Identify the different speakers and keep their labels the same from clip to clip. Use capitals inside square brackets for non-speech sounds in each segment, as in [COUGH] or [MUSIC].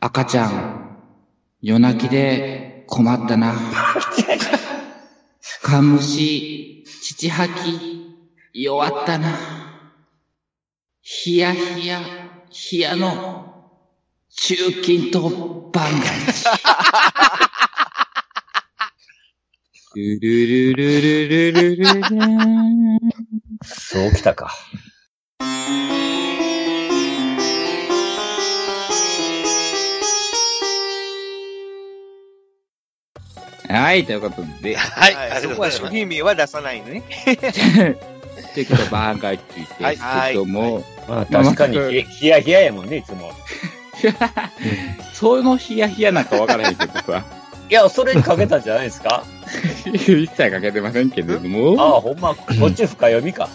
Speaker 1: 赤ちゃん、夜泣きで困ったな。かむし、父吐き、弱ったな。ひやひや、ひやの、中金と万が一。ルルルルルルルルン
Speaker 2: そうきたか。
Speaker 1: はい、ということで、
Speaker 3: はい、
Speaker 4: はい
Speaker 3: ありがとう
Speaker 4: そこ
Speaker 3: ご
Speaker 4: は
Speaker 3: ざいま
Speaker 4: 商
Speaker 3: す。
Speaker 4: 品名は出さないのね。
Speaker 1: ということで、万が一ですけども、
Speaker 2: まあ確かに
Speaker 1: まあまあ
Speaker 2: ひ、ひやひややもんね、いつも。
Speaker 1: [LAUGHS] そのヒヤヒヤなんかわからへんけどさ、
Speaker 2: いや、それにかけたんじゃないですか
Speaker 1: 一切かけてませんけれども。
Speaker 2: ああ、ほんま、こっち深読みか。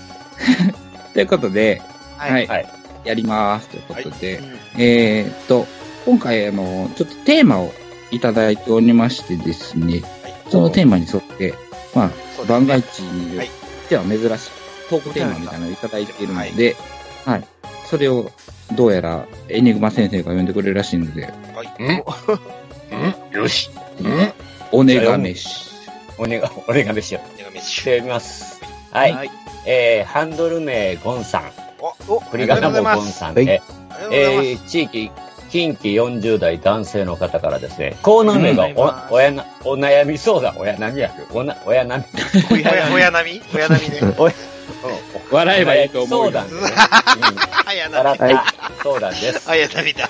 Speaker 1: ということで、
Speaker 4: はい
Speaker 1: はい、
Speaker 2: はい
Speaker 1: やりますということで、
Speaker 4: うん
Speaker 1: えーっと、今回、あの、ちょっとテーマをいただいておりましてですね、そのテーマに沿って、まあ、
Speaker 4: そうです
Speaker 1: 番
Speaker 4: ね
Speaker 1: 外地によっては珍しいトークテーマみたいなのをいただいているので、はい、それをどうやらエニグマ先生が呼んでくれるらしいので、
Speaker 2: んんよし。ん
Speaker 1: お願いし。
Speaker 2: お願い、お願いしよう。
Speaker 3: お願い
Speaker 2: し
Speaker 3: して
Speaker 2: みます。はい。
Speaker 4: はい
Speaker 2: えー、ハンドル名、ゴンさん。
Speaker 3: お、
Speaker 4: お、
Speaker 2: 振り仮名もゴンさんで。
Speaker 3: ありがとうござ
Speaker 2: え
Speaker 3: います。
Speaker 2: ー、地域、近畿40代男性の方からですね、コーナー名
Speaker 4: ありがとうございま
Speaker 2: が
Speaker 4: す
Speaker 2: お、おやな、お悩み相談、おやなみやおな、おやなみ、
Speaker 3: 親親並み親並み [LAUGHS] ね。
Speaker 1: 笑えばいいと思う
Speaker 2: 相
Speaker 1: よ
Speaker 2: 談でね。
Speaker 3: 親
Speaker 2: うん、笑っ
Speaker 3: 並み。
Speaker 2: た相談です。
Speaker 3: 親並みだ。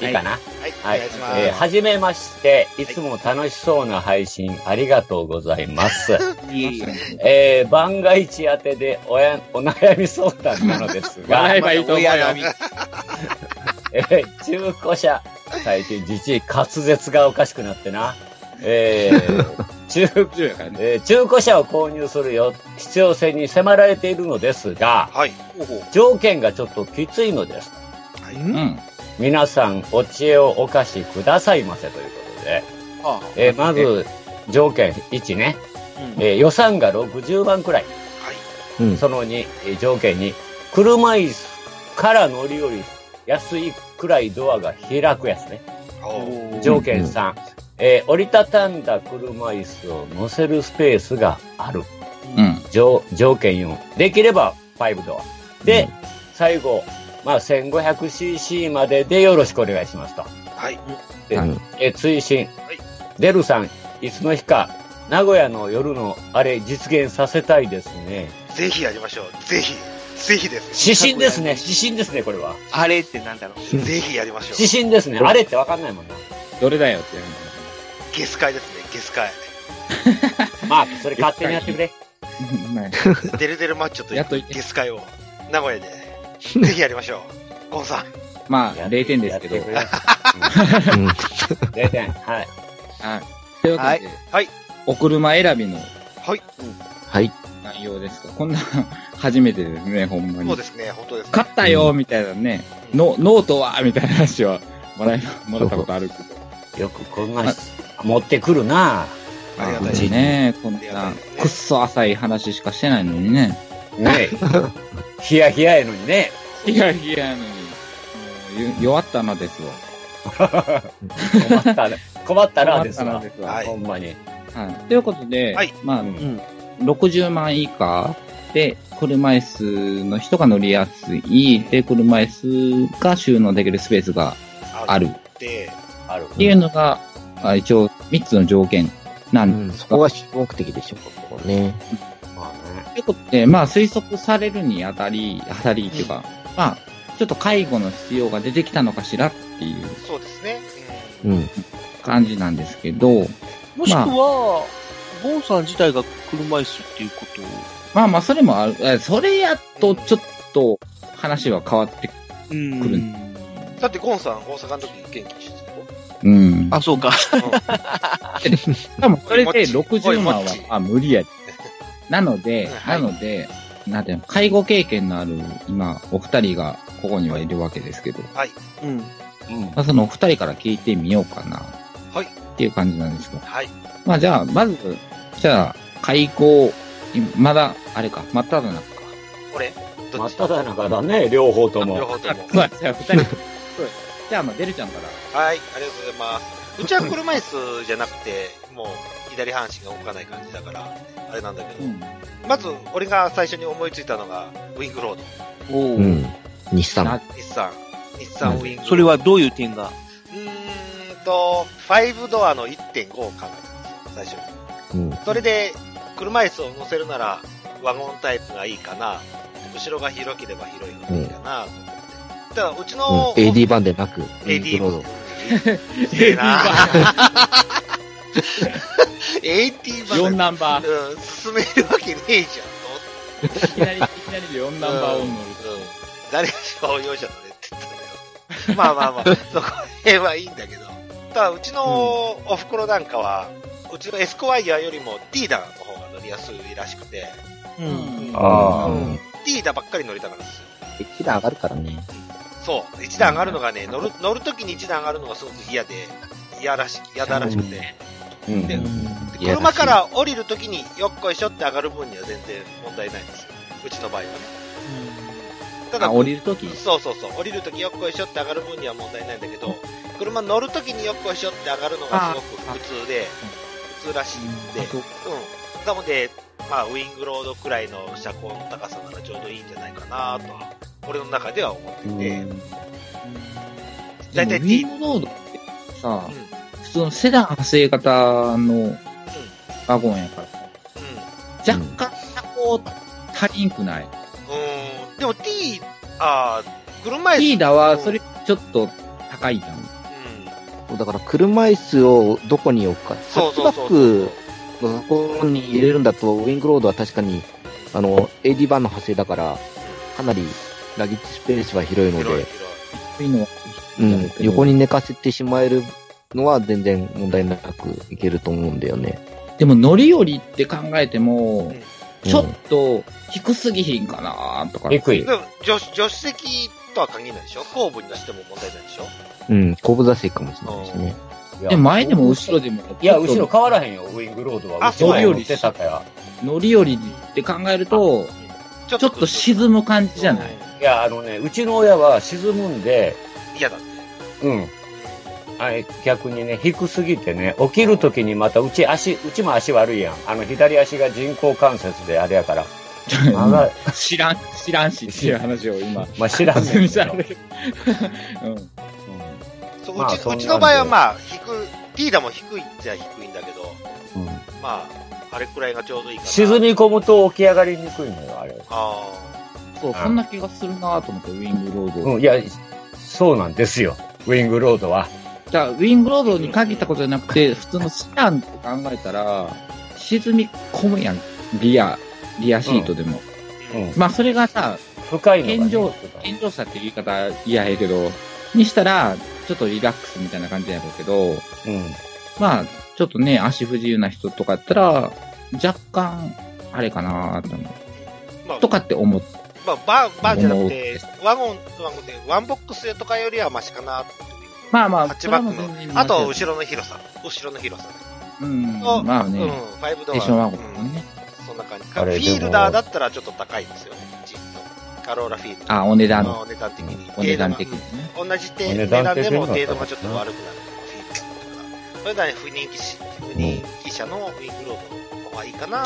Speaker 2: いいかな。
Speaker 3: はい、
Speaker 2: はい
Speaker 3: お願いしま
Speaker 2: えー、
Speaker 3: す。
Speaker 2: はじめまして、いつも楽しそうな配信ありがとうございます。えー、番外地宛てでおやお悩み相談なのですが
Speaker 1: 笑え、ばいいと思うよ
Speaker 4: 親並み。
Speaker 2: えー中古車、最近じじい滑舌がおかしくなってな、えー中
Speaker 1: 50やからね。
Speaker 2: えー中古車を購入するよ必要性に迫られているのですが、
Speaker 3: はい。
Speaker 2: 条件がちょっときついのです。
Speaker 1: うん。
Speaker 2: 皆さんお知恵をお貸しくださいませということで、
Speaker 4: あ
Speaker 2: えーまず条件1ね、
Speaker 4: え、
Speaker 2: えー予算が60万くらい。
Speaker 5: うん
Speaker 2: その2、えー条件に、車椅子から乗り降り安いくらいドアが開くやつね。
Speaker 3: お
Speaker 2: 条件3、えー折りたたんだ車椅子を乗せるスペースがある。
Speaker 1: うん。
Speaker 2: 条条件4、できれば5ドア。で、最後、まあ、1500cc まででよろしくお願いしますと。
Speaker 3: はい。
Speaker 2: で
Speaker 5: うん
Speaker 2: えー追伸、
Speaker 3: い
Speaker 2: デルさん、いつの日か、名古屋の夜のあれ実現させたいですね。
Speaker 3: ぜひやりましょう。ぜひ。ぜひです。
Speaker 2: 指針ですね。指針ですね、これは。
Speaker 4: あれってなんだろう。
Speaker 3: ぜひやりましょ
Speaker 2: 指
Speaker 3: う。
Speaker 2: 針ですね。あれってわかんないもんな。
Speaker 1: どれだよって
Speaker 3: ゲス会ですね、ゲス会。
Speaker 2: まあ、それ勝手にやってくれ。
Speaker 1: 話。まあ
Speaker 3: デルデルマッチョとい
Speaker 1: やっというて
Speaker 3: ゲス会を、名古屋で、ぜひやりましょう。ゴンさん。
Speaker 1: まあ、0点ですけど。[LAUGHS] は
Speaker 2: やっ
Speaker 1: い
Speaker 2: てく。れ
Speaker 1: [LAUGHS]
Speaker 5: うん
Speaker 2: 0点。はい。
Speaker 1: ということで、
Speaker 4: はい
Speaker 3: はい
Speaker 1: お車選びの
Speaker 3: はい。
Speaker 5: はい。
Speaker 1: 内容ですか。こんな、初めてですね、ほんまに。
Speaker 3: そうですね、本当ですね。
Speaker 1: 勝ったよみたいなね、のノートはみたいな話はもらえもらったことあるけど。
Speaker 2: よくこんなし、持ってくるな。
Speaker 3: ありがたい
Speaker 1: ですね。こんな
Speaker 3: ありがたいですね
Speaker 1: くっそ浅い話しかしてないのにね。
Speaker 2: ねえ。ヒヤヒヤやのにね。
Speaker 1: いやいやのに、もうゆ弱ったなですわ。
Speaker 2: 困
Speaker 1: [LAUGHS]
Speaker 2: ったら、困ったらです
Speaker 1: 困っ
Speaker 2: わ
Speaker 1: た。ですわ
Speaker 3: はい
Speaker 2: ほんまに。
Speaker 1: はい。ということで、
Speaker 3: はい
Speaker 1: まあ、
Speaker 2: うん
Speaker 4: ん。
Speaker 1: 60万以下で、車椅子の人が乗りやすい、で、車椅子が収納できるスペースがあるっ
Speaker 3: って、
Speaker 2: ある。
Speaker 1: ていうのが、まあ、一応3つの条件な
Speaker 5: うんん
Speaker 1: です
Speaker 5: そ
Speaker 1: が、
Speaker 5: こは主目的でしょうね。
Speaker 2: まあね。
Speaker 1: ということで、まあ、推測されるにあたり、あたりっていうか、まあ、ちょっと介護の必要が出てきたのかしらっていう
Speaker 3: そうですね。うん
Speaker 5: うん。
Speaker 1: 感じなんですけど、
Speaker 4: もしくは、ゴンさん自体が車椅子っていうことを。
Speaker 1: まあまあ、それもある、えそれやとちょっと話は変わってく
Speaker 4: う
Speaker 1: 来る
Speaker 4: ん。
Speaker 3: だってゴンさん、大阪の時元気してたよ。
Speaker 1: うん。
Speaker 4: あ、そうか。
Speaker 1: しかもそれ
Speaker 3: おいマ
Speaker 1: で
Speaker 3: ッチ
Speaker 1: 60万
Speaker 3: おいマ
Speaker 1: は
Speaker 3: ッチ、
Speaker 1: あ、無理や。 [LAUGHS] なので、
Speaker 3: はい
Speaker 1: なので、なんていうの、介護経験のある、今、お二人がここにはいるわけですけど、
Speaker 4: うん。
Speaker 2: うん。
Speaker 1: まあ、そのお二人から聞いてみようかな、
Speaker 3: はい。
Speaker 1: っていう感じなんですけど。
Speaker 3: はい。
Speaker 1: まあじゃあ、まず、じゃあ、介護、いまだ、あれか、真っ只中か。
Speaker 3: これど
Speaker 2: 真
Speaker 3: っ
Speaker 2: っ
Speaker 3: ち
Speaker 2: 只中だね、両方と
Speaker 3: 両
Speaker 2: も。
Speaker 3: 方とも。
Speaker 1: まあじゃあ二人、じゃあ、まあ、ベルちゃんから。
Speaker 3: はい、ありがとうございます。うちは車椅子じゃなくて、もう左半身が動かない感じだから、あれなんだけど、
Speaker 1: うん。
Speaker 3: まず俺が最初に思いついたのが、ウィングロード。
Speaker 1: お
Speaker 5: う
Speaker 1: ー。
Speaker 5: ん。日産。
Speaker 3: 日産。日産ウィングロード。
Speaker 4: それはどういう点が
Speaker 3: うーんと、5ドアの1.5を考えたんですよ、最初に。
Speaker 5: うん。
Speaker 3: それで、車椅子を乗せるなら、ワゴンタイプがいいかな、後ろが広ければ広いのがいいかな、と思って。ただ、うち
Speaker 5: うん
Speaker 3: の、
Speaker 5: AD 版でなく、
Speaker 3: AD
Speaker 5: ロード。
Speaker 3: ええな
Speaker 1: [LAUGHS]
Speaker 3: AT バ
Speaker 1: 4
Speaker 3: ー
Speaker 1: ナンバー。
Speaker 3: うん、進めるわけねえじゃん、と思っ
Speaker 1: [LAUGHS]
Speaker 3: て
Speaker 1: いきなり、いきなり4ナンバーを乗る。
Speaker 3: うん誰が商用車乗れって言ったんだよ。まあまあまあ、そこら辺はいいんだけど。ただ、うちのおふくろなんかは、うちのエスコワイヤーよりもティーダの方が乗りやすいらしくて、
Speaker 4: う
Speaker 1: うん
Speaker 2: ああ、
Speaker 5: うん。
Speaker 3: ティーダばっかり乗りたからですよ。
Speaker 5: 一段上がるからね。
Speaker 3: そう、一段上がるのがね、乗る、乗るときに一段上がるのがすごく嫌で、嫌らし、嫌だらしくて。
Speaker 2: うん
Speaker 3: で
Speaker 5: いや
Speaker 3: 車から降りるときによっこいしょって上がる分には全然問題ないんですよ。うちの場合はね。ただ
Speaker 1: あ、、降りるとき。
Speaker 3: そうそうそう、降りるときよっこいしょって上がる分には問題ないんだけど、車乗るときによっこいしょって上がるのがすごく普通で、普通らしいんで、うん。なので、まあ、ウィングロードくらいの車高の高さならちょうどいいんじゃないかなとは、俺の中では思ってて、だいた
Speaker 1: で
Speaker 3: い
Speaker 1: もウィングロードってさ
Speaker 3: う、ん、うん。
Speaker 1: 普通のセダン派生型のワゴンやからさ、若干車高足りんくない。
Speaker 3: うーん、でも T、あー車椅子。
Speaker 1: リーダーはそれ
Speaker 3: う
Speaker 1: ちょっと高いじゃん。
Speaker 3: ん。
Speaker 5: そうだから車椅子をどこに置くか。
Speaker 3: そうそうそ
Speaker 5: ハッ
Speaker 3: う
Speaker 5: チバックのそこに入れるんだと、ウィングロードは確かに、あの、AD 版の派生だから、かなりラギッジスペースは広いの
Speaker 3: 広い
Speaker 5: で、
Speaker 3: 広い。
Speaker 1: そういうのは
Speaker 5: うん、横に寝かせてしまえるのは全然問題なくいけると思うんだよね。
Speaker 1: でも乗り降りって考えても、
Speaker 3: ん
Speaker 1: ちょっと低すぎひんかなとか。
Speaker 2: 低い
Speaker 3: で。も、助手助手席とは限らないでしょ後部に出しても問題ないでしょ
Speaker 5: うん、後部座席かもしれないしね。
Speaker 1: で前でも後ろでも。
Speaker 2: いや、後ろ変わらへんよ、ウィングロードは。
Speaker 3: あそう
Speaker 2: 後ろよりしてたから。
Speaker 1: 乗り降りって考えると、
Speaker 3: ちょ
Speaker 1: ちょっと沈む感じじゃない
Speaker 2: いや、あのね、うちの親は沈むんで、
Speaker 3: 嫌だって。
Speaker 2: うん。あれ逆にね、低すぎてね、起きるときにまた、うち足、うちも足悪いやん。あの、左足が人工関節であれやから。まだ、
Speaker 1: [LAUGHS] 知らん、知らんしっていう話を今、
Speaker 2: まあ、知らん
Speaker 1: [LAUGHS]
Speaker 2: ねん
Speaker 1: み
Speaker 2: け
Speaker 1: さ
Speaker 2: ど。
Speaker 1: ん
Speaker 2: う
Speaker 1: で。うん。
Speaker 3: そう
Speaker 2: まあ
Speaker 3: うち
Speaker 2: そんなん
Speaker 3: う
Speaker 2: で
Speaker 3: ちの場合はまあ、低い、ティーダも低いっちゃ低いんだけど、
Speaker 2: んうん
Speaker 3: まあ、あれくらいがちょうどいいかな。
Speaker 2: 沈み込むと起き上がりにくいのよ、あれ。
Speaker 3: あ
Speaker 1: そう、そんな気がするなと思って、ウィングロード。
Speaker 2: うん、いや、そうなんですよ。ウィングロードは。
Speaker 1: じゃあ、ウィングロードに限ったことじゃなくて、普通のスタンって考えたら、沈み込むやん。リア、リアシートでも。
Speaker 3: あ。
Speaker 2: うん。
Speaker 1: まあ、それがさ、
Speaker 2: 深いのがね、
Speaker 1: 現状健常者って言い方嫌やけど、にしたら、ちょっとリラックスみたいな感じやろうけど、
Speaker 2: うん。
Speaker 1: まあ、ちょっとね、足不自由な人とかやったら、若干、あれかなと思う
Speaker 3: まあ、
Speaker 1: とかって思って。
Speaker 3: まあ、バー、バーじゃなくて
Speaker 1: 思、
Speaker 3: ワゴン、ワゴンで、ワンボックスとかよりはマシかなって。
Speaker 1: まあまあ、
Speaker 3: ハッチバック
Speaker 1: それはもう全
Speaker 3: の。
Speaker 1: 然
Speaker 3: あと、後ろの広さ。後ろの広さね。
Speaker 1: うん、
Speaker 3: の
Speaker 1: まあ
Speaker 3: うん、フ
Speaker 1: ね、
Speaker 3: ァイブド
Speaker 1: ステー
Speaker 3: ア。
Speaker 1: ションワゴンも
Speaker 3: うん
Speaker 1: ね。
Speaker 3: そんな感じ。フ
Speaker 2: あれでも
Speaker 3: ィールダーだったらちょっと高いですよね。ちっとカローラフィールダー。
Speaker 1: あ、お値
Speaker 3: あ
Speaker 1: 段、
Speaker 3: の、値段的に。
Speaker 1: お値段的に
Speaker 3: う
Speaker 1: ね。
Speaker 3: ん同じて
Speaker 2: お
Speaker 3: 値
Speaker 2: 値
Speaker 3: 段
Speaker 2: 段
Speaker 3: で
Speaker 2: 的に
Speaker 3: も
Speaker 2: は
Speaker 3: 程度がちょっと悪くなるフィールドだからそれなら不人気し不人気者のウィングロードの方がいいかな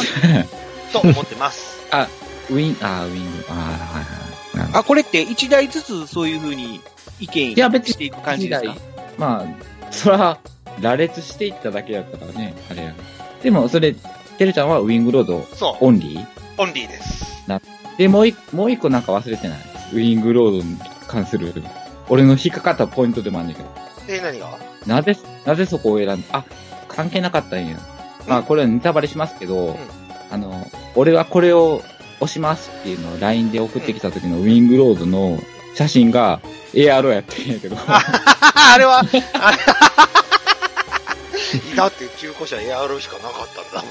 Speaker 3: と思ってます
Speaker 1: [LAUGHS] ウィン、あーウィング、あーはいはいなるほど
Speaker 4: あ、これって一台ずつそういうふうに意見
Speaker 1: いや別に
Speaker 4: していく感じですか
Speaker 1: 一まあ、そら、羅列していっただけやったからね、あれや。でも、それ、てるちゃんはウィングロード
Speaker 3: そう
Speaker 1: オンリー
Speaker 3: オンリーです
Speaker 1: で、もう一、もう一個なんか忘れてないウィングロードに関する、俺の引っかかったポイントでもあんねんけど。
Speaker 3: で何
Speaker 1: [LAUGHS]
Speaker 3: が
Speaker 1: なぜ、なぜそこを選んだあ、関係なかったんや。まあ、これはネタバレしますけど、あの、俺はこれを押しますっていうのを LINE で送ってきた時のウィングロードの写真が ARO やってんやけど。
Speaker 3: あれ
Speaker 1: [LAUGHS]
Speaker 3: [LAUGHS] はあれはだって中古車エアロしかなかったんだも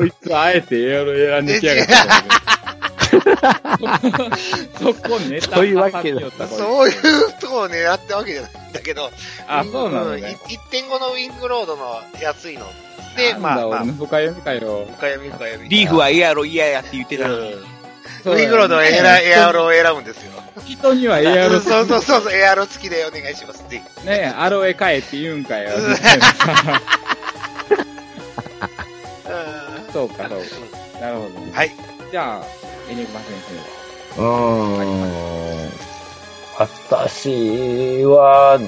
Speaker 3: ん
Speaker 1: こいつあえてエアロ選んできやがった。 [LAUGHS] そこネタ
Speaker 5: そういうわけ
Speaker 1: 挟み
Speaker 5: だ
Speaker 1: よったこいつ
Speaker 3: そういうとこを狙ったわけじゃないんだけど
Speaker 1: あ、そうなの
Speaker 3: んい
Speaker 1: ね。
Speaker 3: 1.5のウィングロードの安いの
Speaker 1: で、
Speaker 3: で
Speaker 1: まあ、
Speaker 3: まあま
Speaker 1: 俺
Speaker 3: あ
Speaker 1: の深読みかよ。
Speaker 3: 深読み深読み
Speaker 4: リーフはエアロ嫌やって言って
Speaker 3: う
Speaker 4: たのに。
Speaker 3: んウィングロードはエアエアロを選ぶんですよ。
Speaker 1: 人にはエアロ付き
Speaker 3: そうそうそうそう、エアロ付きでお願いします。ぜひ。
Speaker 1: ねえ、アロエ買えって言うんかよ。
Speaker 3: うん
Speaker 1: [LAUGHS] そうか、そうか。なるほど、ね。
Speaker 3: はい。
Speaker 1: じゃあ、エニグマ先生は。
Speaker 2: うーん。私は、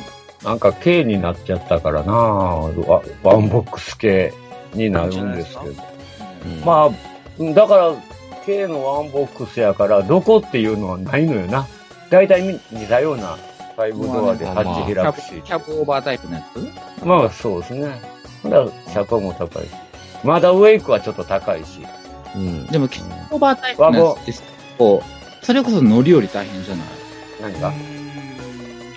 Speaker 2: なんか K になっちゃったからなワワンボックス系になるんですけど。まあ、だから、K のワンボックスやから、どこっていうのはないのよな。大体み似たようなファイブドアで8
Speaker 1: キャ
Speaker 2: 開
Speaker 1: ブ
Speaker 2: くし。
Speaker 1: キャブオーバータイプのやつ
Speaker 2: まあそうですね。まだ車高も高いし。まだウェイクはちょっと高いし。
Speaker 5: うん。
Speaker 1: でも、キャブオーバータイプのやつって、こう、それこそ乗り降り大変じゃない
Speaker 2: 何が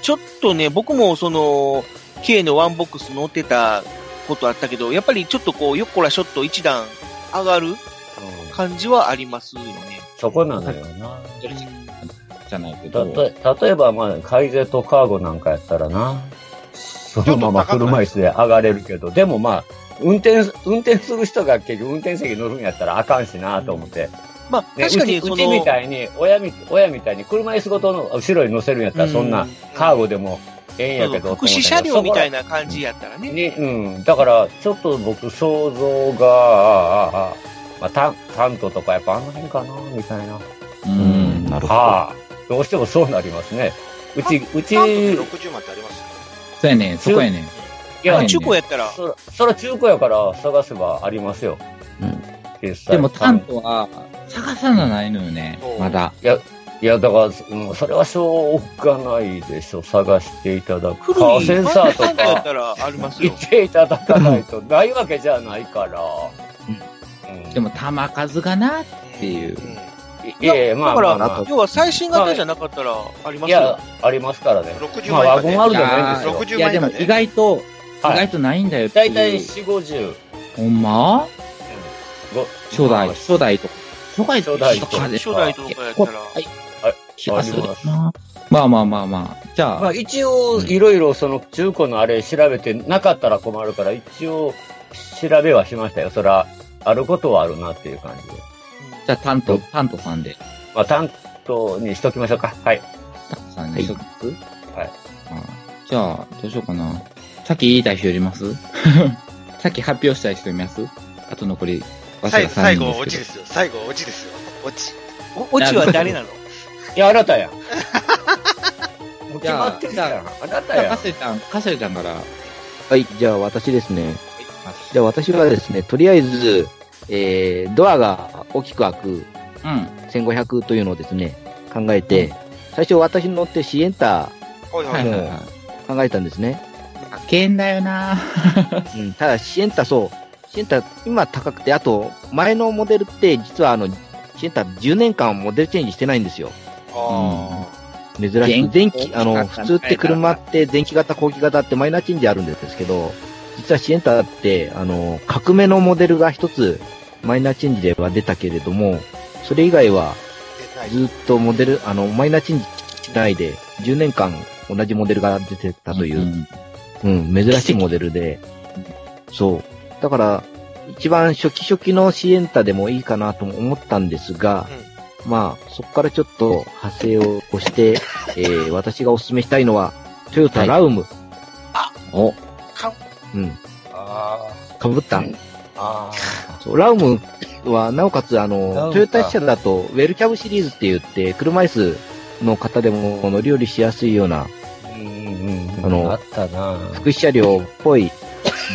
Speaker 4: ちょっとね、僕もその、K のワンボックス乗ってたことあったけど、やっぱりちょっとこう、よっこらショット一段上がる
Speaker 2: うん
Speaker 4: 感じはありますよね。
Speaker 2: そこなのよな。
Speaker 1: じゃないけ
Speaker 2: た
Speaker 1: ど。
Speaker 2: とえ例えば、まあ、カイゼとカーゴなんかやったらな、そのまま車椅子で上がれるけど、でもまあ、運転、運転する人が結局運転席乗るんやったらあかんしなと思って。
Speaker 4: まあ、
Speaker 2: ね
Speaker 4: 確かに
Speaker 2: うち
Speaker 4: そう
Speaker 2: ち
Speaker 4: の、
Speaker 2: みたいに、親み、親みたいに車椅子ごとの後ろに乗せるんやったら、そんな、カーゴでもええんやけど。
Speaker 4: 福祉車両みたい
Speaker 2: な。
Speaker 4: な感じやったらね。
Speaker 2: に、うん。だから、ちょっと僕、想像が、ああああまあ、タン、タントとかやっぱあの辺かな、みたいな。
Speaker 1: う
Speaker 5: うんん、。なるほど。
Speaker 2: はあ、どうしてもそうなりますね。うち、うち、
Speaker 3: タン
Speaker 2: い
Speaker 3: トって60万ってあります
Speaker 1: そうやね、そこやね。
Speaker 4: ま
Speaker 2: や
Speaker 4: あ、、中古やったら、
Speaker 2: そら、そら中古やから探せばありますよ。
Speaker 5: うん
Speaker 2: 決済。
Speaker 1: でも、タントは、探さなないのよね
Speaker 3: そ、う
Speaker 1: まだ。
Speaker 2: いや、だから、うん、それはしょうがないでしょ。探していただく。カ
Speaker 4: 古
Speaker 2: ー
Speaker 4: い
Speaker 2: センサー
Speaker 4: タン
Speaker 2: と
Speaker 4: トやっ
Speaker 2: か、
Speaker 4: たらあります
Speaker 2: 見
Speaker 4: よ。
Speaker 2: ていただかないと、ないわけじゃないから。うん
Speaker 1: でも、弾数がな、ていう
Speaker 2: いやいや、まあ、
Speaker 4: だから
Speaker 2: まあまあ
Speaker 4: 要は最新型じゃなかったらありま
Speaker 2: い
Speaker 4: すよ。
Speaker 2: や、ありますからね。
Speaker 3: 60
Speaker 2: まあ、ワ
Speaker 3: 万以
Speaker 2: ゴンあ
Speaker 3: 下で
Speaker 2: るじゃないんですよ。
Speaker 3: 60
Speaker 1: いや、
Speaker 3: 万
Speaker 1: で
Speaker 3: 以
Speaker 1: も
Speaker 3: 下
Speaker 1: 意
Speaker 3: で。
Speaker 1: 外と、意
Speaker 2: はい
Speaker 1: 外とないんだよって
Speaker 2: だ
Speaker 1: いう。
Speaker 2: いたい4、50。
Speaker 1: ほんま
Speaker 2: ご
Speaker 1: 初代、初代とか。初代とか。
Speaker 2: 初代とか
Speaker 1: で
Speaker 4: 初代とかやったら
Speaker 1: はい。気がするな。まあまあまあまあ。じゃあ
Speaker 2: まあ、、一応、いろいろその中古のあれ調べてなかったら困るから、一応、調べはしましたよ。そら、あることはあるなっていう感じで。
Speaker 1: じゃあ、担当、担当さんで。
Speaker 2: まあ、担当にしときましょうか。はい。
Speaker 1: 担当さんにしとく
Speaker 2: はい。
Speaker 1: あじゃあ、どうしようかな。さっき言いたい人いります [LAUGHS] さっき発表したい人いますあと残り、わし
Speaker 3: 最
Speaker 1: ら
Speaker 3: 後、
Speaker 1: 3
Speaker 3: 最
Speaker 1: 人
Speaker 3: 後、
Speaker 1: で
Speaker 3: オチ
Speaker 1: す
Speaker 3: ですよ。最後、オチですよ。オチ。
Speaker 4: おオチは誰なの
Speaker 2: いや、あなたやん。もう
Speaker 1: じ
Speaker 2: 決
Speaker 1: ゃ
Speaker 2: ま
Speaker 1: あ
Speaker 2: ってるやん。あな
Speaker 1: け
Speaker 2: た
Speaker 1: ど。じゃあ、
Speaker 2: や
Speaker 1: か
Speaker 2: ん。
Speaker 1: すれちゃん、かすれちゃんから。
Speaker 5: はい、じゃあ私ですね。じ
Speaker 1: じ
Speaker 5: ゃ
Speaker 1: ゃ
Speaker 5: あ私はですね、とりあえず、えー、ドアが大きく開く
Speaker 1: あ、うん。
Speaker 5: 1500というのをですね、考えて、最初私に乗ってシエンタ
Speaker 3: はいは。
Speaker 1: はいい
Speaker 3: うん
Speaker 1: はいはい。
Speaker 5: ー考えたんですね。
Speaker 1: あけんだよな
Speaker 5: うん、ただシエンタそう、シエンタ今高くて、あと前のモデルって実はあの、シエンタ10年間モデルチェンジしてないんですよ。
Speaker 3: あ
Speaker 5: 珍しい。前期、あの、普通って車って前期型、後期型ってマイナーチェンジあるんですけど、実はシエンタって、あの、革命のモデルが一つマイナーチェンジでは出たけれども、それ以外は
Speaker 3: ー出ない
Speaker 5: ずっとモデル、あの、マイナーチェンジしないで、10年間同じモデルが出てたというう、
Speaker 1: ん
Speaker 5: うん、珍しいモデルで、そう。だから、一番初期初期のシエンタでもいいかなとも思ったんですが、まあ、そこからちょっと派生をして、えー、私がお勧めしたいのは、トヨタラウム。
Speaker 1: お、
Speaker 5: うん。
Speaker 2: あ
Speaker 5: かぶった。
Speaker 2: あ。あ
Speaker 5: そう、ラウムは、なおかつ、あの、
Speaker 2: ウムか
Speaker 5: トヨタ車だと、ウェルキャブシリーズって言って、車椅子の方でも乗り降りしやすいような、
Speaker 2: あ。うんうんうん。
Speaker 5: あの
Speaker 2: あったな
Speaker 5: 福祉車両っぽい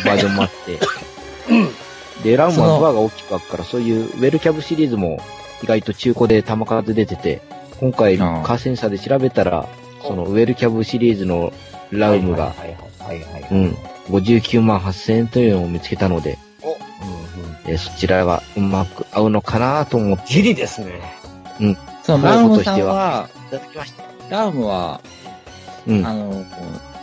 Speaker 5: バージョンも
Speaker 1: [LAUGHS]
Speaker 5: あって。で、ラウムはドアが大きく開くから、そういうウェルキャブシリーズも意外と中古で玉数出てて、今回、
Speaker 1: あ
Speaker 5: カ
Speaker 1: ー
Speaker 5: ーセンサーで調べたら、そのウェルキャブシリーズのラウムが
Speaker 2: はいはいはいはいはい。
Speaker 5: う
Speaker 2: うん
Speaker 5: ん、59万8000円というのを見つけたので、
Speaker 2: うん。
Speaker 5: えーそちらがうまく合うのかなと思って
Speaker 2: ギリですね。
Speaker 1: その
Speaker 5: ラ
Speaker 1: ラ
Speaker 5: ウ
Speaker 1: ウ
Speaker 5: ム
Speaker 1: ム
Speaker 5: さ
Speaker 1: さ
Speaker 5: ん
Speaker 1: ん
Speaker 5: は
Speaker 1: は、
Speaker 5: いただきました。
Speaker 1: ラウムは、
Speaker 5: うん。
Speaker 1: あの、こ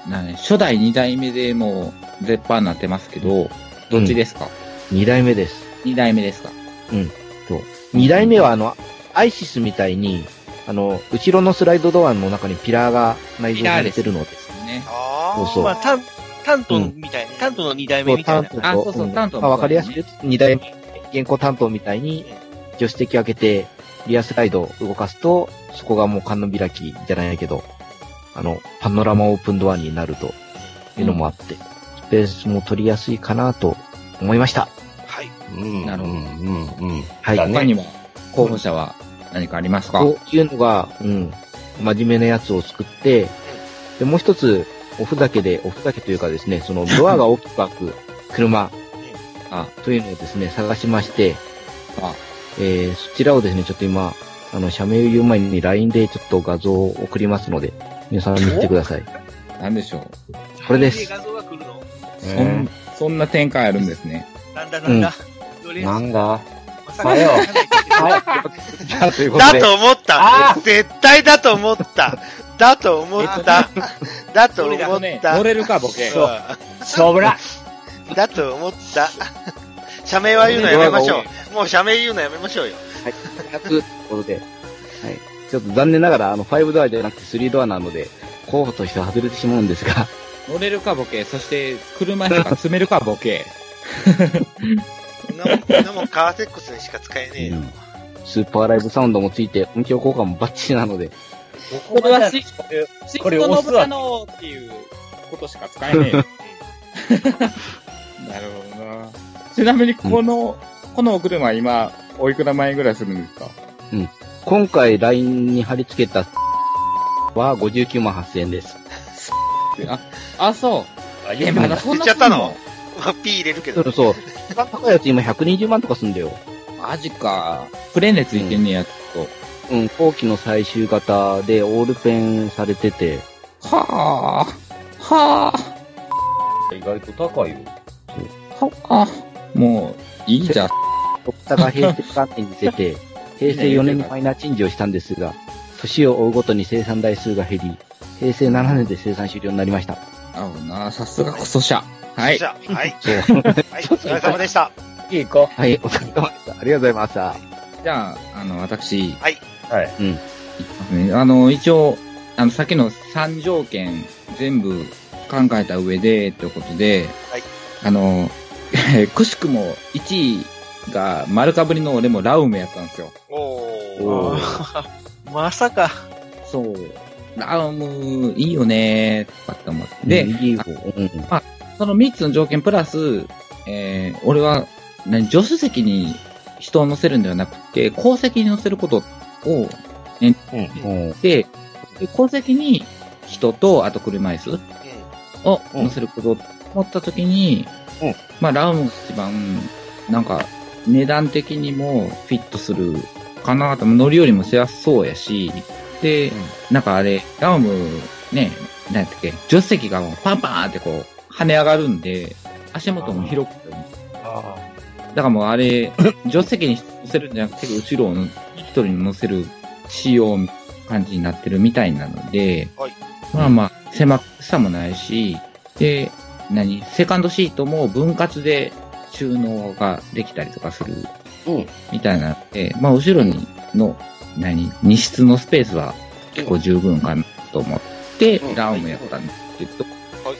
Speaker 1: うなんね初代二代目でもう絶版になってますけど、どっちですか、
Speaker 5: 2代目です。
Speaker 1: 二代目ですか
Speaker 5: 2代目はあの、アイシスみたいに、あの、後ろのスライドドアの中にピラーが内蔵されてるので
Speaker 1: で。すね。
Speaker 3: あ
Speaker 5: そう
Speaker 3: ー。
Speaker 5: そう
Speaker 4: まあ、タンタントみたいな、タントの二代目みたいな。
Speaker 5: そう
Speaker 1: あそうそう
Speaker 5: うん
Speaker 1: 担当
Speaker 5: まあわかりやすく言うと、2代目、現行担当みたいに、助手席開けて、リアスライドを動かすと、そこがもう観音開きじゃないけど、あの、パノラマオープンドアになるというのもあって、スペースも取りやすいかなと思いました。
Speaker 3: はい。
Speaker 2: うん。
Speaker 1: なるほど
Speaker 2: うん、うん、うん。
Speaker 5: はい。
Speaker 2: だね
Speaker 1: 他にも候補者は何かありますか
Speaker 5: こういうのが、うん、真面目なやつを作って、で、もう一つ、おふざけで、おふざけというかですね、そのドアが大きく開く車
Speaker 1: あ
Speaker 5: というのをですね、探しまして、
Speaker 1: あ
Speaker 5: えー、そちらをですね、ちょっと今、あの、社名を言う前に LINE でちょっと画像を送りますので、皆さん見てください。
Speaker 1: なんでしょう
Speaker 5: これです
Speaker 4: 画像が来るの
Speaker 1: そんそんな展開あるんです
Speaker 5: [LAUGHS]
Speaker 1: ね。
Speaker 4: なんだなんだ。どれ
Speaker 2: なんだ
Speaker 4: まさ [LAUGHS]
Speaker 2: あれよ
Speaker 4: か
Speaker 5: さあということ
Speaker 3: だ
Speaker 5: で、
Speaker 3: と思った
Speaker 2: あ
Speaker 3: 絶対だと思っただと思っただと思
Speaker 1: 乗
Speaker 3: っ
Speaker 1: れ
Speaker 3: た
Speaker 1: 乗れるか、ボケ。
Speaker 3: う
Speaker 2: そぶら
Speaker 3: んだと思った社名は言うのやめましょう。もう社名言うのやめましょうよ。
Speaker 5: 100ということで、はい。ちょっと残念ながら、あの、5ドアじゃなくて3ドアなので、候補としては外れてしまうんですが、
Speaker 1: 乗れるか、ボケ。そして、車とか詰めるか、ボケ。
Speaker 3: そんなもんそんなもんカーセックスにしか使えねえよ。
Speaker 5: スーパーライブサウンドもついて、音響効果もバッチリなので、
Speaker 2: こ
Speaker 6: これはスイッチ、スイッ
Speaker 2: こ
Speaker 6: チ
Speaker 2: れ
Speaker 6: と
Speaker 2: 押
Speaker 6: ノ
Speaker 2: す
Speaker 6: ブ
Speaker 2: わ
Speaker 6: タのっていうことしか使えね
Speaker 1: [LAUGHS]
Speaker 6: えよ。
Speaker 1: なるほどな。ちなみに、この、このお車、今、おいくら万円ぐらいするんですか
Speaker 5: 今回 LINE に貼り付けたは59万8000円です。
Speaker 1: あ、そう。え、まだそんな
Speaker 3: 言っちゃったの
Speaker 1: す
Speaker 3: まあ、P 入れるけ
Speaker 5: そ
Speaker 3: ど。
Speaker 5: う [LAUGHS] そう。一番高いやつ今120万とかすんだよ。
Speaker 1: んのマジか。プレネついてんねや、つと。
Speaker 5: うん、後期の最終型でオールペンされてて、
Speaker 1: はぁ。はぁ。
Speaker 2: 意外と高いよ。
Speaker 1: もう、いい [LAUGHS] じゃん。
Speaker 5: ドクタが平成元年に出 [LAUGHS] て、平成4年にマイナーチェンジをしたんですが、年を追うごとに生産台数が減り、平成7年で生産終了になりました。
Speaker 1: なるほどな。さすがこそ社。はい
Speaker 3: じ。ゃあ、はい。
Speaker 5: そう。
Speaker 3: はい、お疲れ様でした。
Speaker 2: いいか
Speaker 5: はい、お疲れ様でした。ありがとうございました。
Speaker 1: じゃあ、あの、私、
Speaker 2: はい。
Speaker 1: いきますね。あの、一応、あの、さっきの3条件全部考えた上で、ということで、
Speaker 3: はい
Speaker 1: あの、 [LAUGHS] くしくも1位が丸かぶりの俺もラウムやったんですよ。
Speaker 3: お
Speaker 2: お
Speaker 3: ー。
Speaker 4: な [LAUGHS] まさか。
Speaker 1: そう。ラウム、いいよねー、とかって思って。で、
Speaker 5: 右を
Speaker 1: あ
Speaker 5: うん、
Speaker 1: その3つの条件プラス、えー、俺は、何助手席に人を乗せるんではなくて、後席に乗せることを
Speaker 5: うん、
Speaker 1: で、で後席に人と、あと車椅子を乗せることを思ったときに、
Speaker 2: うん
Speaker 1: まあ、ラウムが一番、なんか、値段的にもフィットするかなと、乗りよりもしやすそうやし、で、なんかあれ、ラウム、ね、なんやったっけ、助手席がもうパンパンってこう、跳ね上がるんで、足元も広くて、
Speaker 2: あ
Speaker 1: だからもうあ
Speaker 2: [LAUGHS]
Speaker 1: れ、助手席に乗せるんじゃなくて、後ろを一人に乗せる仕様みたいな感じになってるみたいなので、
Speaker 3: はい
Speaker 1: まあまあ、狭くさもないし、で、何セカンドシートも分割で収納ができたりとかする
Speaker 2: うん
Speaker 1: みたいなので、まあ後ろにの、何荷室のスペースは結構十分かなと思って、
Speaker 2: うん
Speaker 1: ラウムやったんですけど、
Speaker 3: はい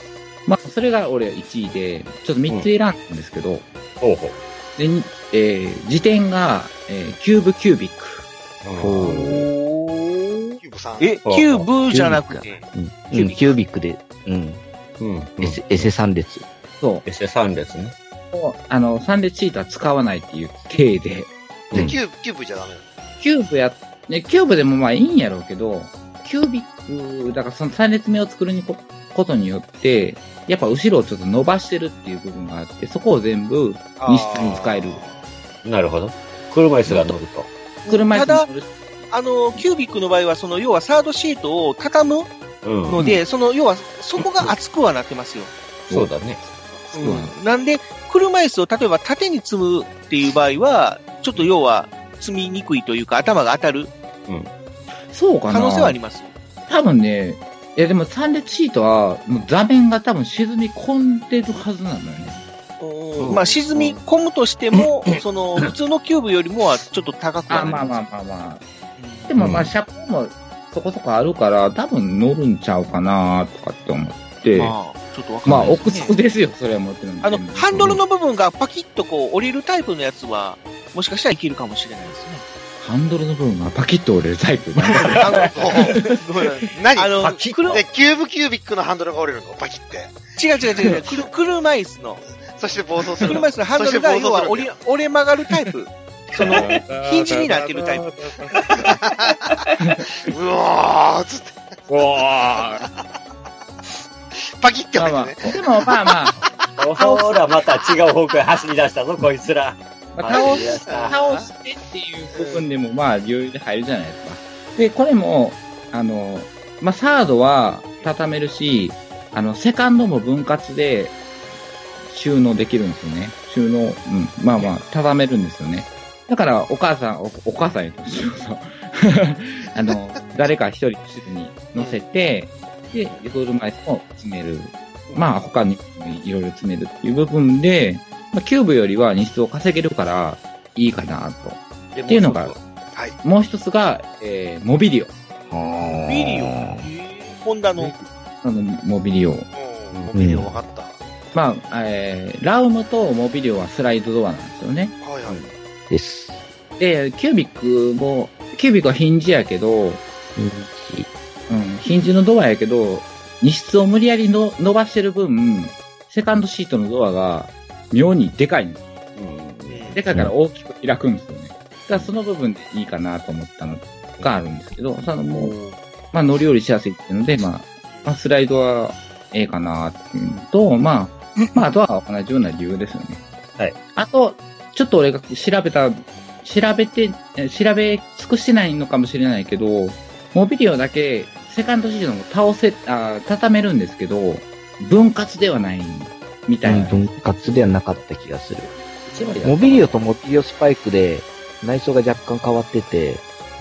Speaker 1: まあそれが俺1位で、ちょっと3つ選んだんですけど、
Speaker 2: あ。ほうほう。
Speaker 1: で、にえー、辞典が、えー、キューブキュービック。
Speaker 5: ほう
Speaker 3: キューブさん。
Speaker 4: え、キューブじゃなくて。
Speaker 5: うんキュービックで、うん、
Speaker 2: うん。うん。
Speaker 5: エセエセ3列。
Speaker 1: そ
Speaker 2: エセ3列ね。
Speaker 1: う。もうあの、サンデーシートは使わないっていう体で。
Speaker 3: で、キューブ、キューブじゃダメなの
Speaker 1: キューブや、ね、キューブでもまあいいんやろうけど、キュービック、だからその3列目を作るにこことによって、やっぱ後ろをちょっと伸ばしてるっていう部分があって、そこを全部、荷室に使える
Speaker 2: なるほど。車椅子が乗ると。
Speaker 1: 車椅
Speaker 4: た
Speaker 1: 子に乗
Speaker 4: だ、
Speaker 1: る
Speaker 4: あの、キュービックの場合は、その、要はサードシートを畳む
Speaker 2: うん。
Speaker 4: ので、その、要は、そこが厚くはなってますよ。
Speaker 2: そうだね。
Speaker 1: そうなん
Speaker 4: うんなんで、車椅子を例えば縦に積むっていう場合は、ちょっと要は、積みにくいというか、頭が当たる
Speaker 1: そうか
Speaker 4: 可
Speaker 1: な
Speaker 4: 能性はあります。
Speaker 1: 多分ね、いやでも3列シートは、もう座面が多分沈み込んでるはずなのよね。
Speaker 3: [LAUGHS]
Speaker 4: うんまあ、沈み込むとしても、その、普通のキューブよりもはちょっと高くは
Speaker 1: あ、
Speaker 4: な
Speaker 1: ま
Speaker 4: りま
Speaker 1: あ
Speaker 4: す。
Speaker 1: まあまあまあ。
Speaker 4: うん
Speaker 1: でもま
Speaker 2: う
Speaker 1: あ、
Speaker 2: ん
Speaker 1: 車庫もそこそこあるから、多分乗るんちゃうかなとかって思って。まあ、
Speaker 4: まあ、ちょっとわかんない
Speaker 1: 奥
Speaker 4: ですね
Speaker 1: 底ですよ、それは持ってるんで。
Speaker 4: あの、ハンドルの部分がパキッとこう、折れるタイプのやつは、もしかしたらいけるかもしれないですね。
Speaker 1: ハンドルの部分がパキッと折れるタイプ。なんか
Speaker 3: あの、そう
Speaker 4: そうなんです
Speaker 3: 何
Speaker 4: あの
Speaker 3: パキッ
Speaker 4: 黒
Speaker 3: えキューブキュービックのハンドルが折れるのパキって。
Speaker 4: 違う違う違う違 [LAUGHS] う。くる車椅子の、
Speaker 3: そして暴走する
Speaker 4: 車
Speaker 3: の。
Speaker 4: 椅子のハンドルが
Speaker 3: そして
Speaker 4: 要
Speaker 3: 暴走する
Speaker 4: は折り折れ曲がるタイ [LAUGHS] プ。 [LAUGHS] その、ヒンジになってるタイプ。
Speaker 3: うわーっつって、
Speaker 6: うわー
Speaker 3: パキって
Speaker 1: ま
Speaker 4: [LAUGHS]
Speaker 3: 折
Speaker 1: あ
Speaker 3: れ
Speaker 1: ま
Speaker 3: てね。
Speaker 1: あ、でもまあまあ、
Speaker 2: ほら、また違う方向へ走り出したぞ、こいつら。
Speaker 1: まあ倒し
Speaker 3: あ
Speaker 1: 倒してっていう部分でも、まあ、余裕で入るじゃないですか。で、これも、あの、まあ、サードは畳めるし、あの、セカンドも分割で収納できるんですよね。収納、うん、まあまあ、畳めるんですよね。だから、お母さん、おお母さんにとしよう [LAUGHS] とあの、誰か一人一人に乗せて、で、車椅子も詰める。まあ、他にもいろいろ詰めるっていう部分で、まあ、キューブよりは日数を稼げるから、いいかなと。
Speaker 3: っ
Speaker 1: っていうのが
Speaker 3: はい。
Speaker 1: もう一つが、えー、モビリオ。
Speaker 4: ビリオン。ホンダの。
Speaker 1: あの、モビリオ。
Speaker 3: もう、見て分かった。
Speaker 1: まあ、えー、ラウムとモビリオはスライドドアなんですよね。
Speaker 3: はいはい。
Speaker 5: です。
Speaker 1: で、キュービックも、キュービックはヒンジやけど、うん、ヒンジのドアやけど、荷室を無理やりの伸ばしてる分、セカンドシートのドアが妙にでかいんです。
Speaker 3: うん
Speaker 1: でかいから大きく開くんですよね。だからその部分でいいかなと思ったのがあるんですけど、そのもう、まあ乗り降りしやすいっていうので、まあ、まあ、スライドはええかなっていうのと、まあ、まああとは同じような理由ですよね。
Speaker 2: はい。
Speaker 1: あと、ちょっと俺が調べた、調べて、え調べ尽くしてないのかもしれないけど、モビリオだけセカンドシーズンを倒せ、あ畳めるんですけど、分割ではないみたいな。
Speaker 5: 分割ではなかった気がする。
Speaker 1: 一割だった
Speaker 5: モビリオとモビリオスパイクで内装が若干変わってて、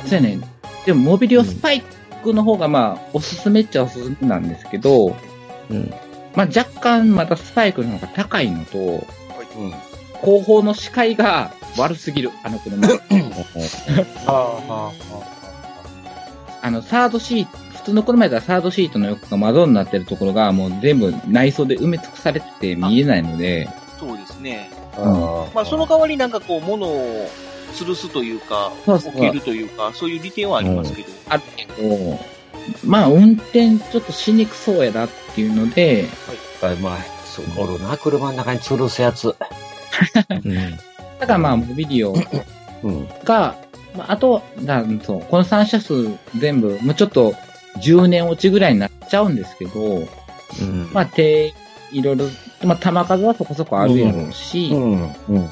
Speaker 1: そうやね。でも、モビリオスパイクの方が、まあ、おすすめっちゃおすすめなんですけど、
Speaker 5: うん。
Speaker 1: まあ、若干またスパイクの方が高いのと、
Speaker 2: うん。
Speaker 1: 後方の視界が悪すぎる、あの車。
Speaker 2: あ
Speaker 1: あの、サードシート、普通の車やったらサードシートの横が窓になってるところがもう全部内装で埋め尽くされてて見えないので、
Speaker 4: そうですね。
Speaker 2: あ
Speaker 4: まあ、その、代わりなんかこう、物を吊るすというか、
Speaker 1: そうそ
Speaker 4: 置
Speaker 1: う
Speaker 4: けるというか、そういう利点はありますけど。
Speaker 1: あるけど、まあ運転ちょっとしにくそうやなっていうので、
Speaker 2: まあ、そう、おるな、車の中に吊るすやつ。
Speaker 5: うん。
Speaker 1: だからまあモビリオ
Speaker 2: うん。
Speaker 1: が、まああと、なんそう、この3車種全部、もうちょっと10年落ちぐらいになっちゃうんですけど、
Speaker 5: うん。
Speaker 1: まあ、手、いろいろ、まあ、弾数はそこそこあるやろうし、
Speaker 2: うん。うん。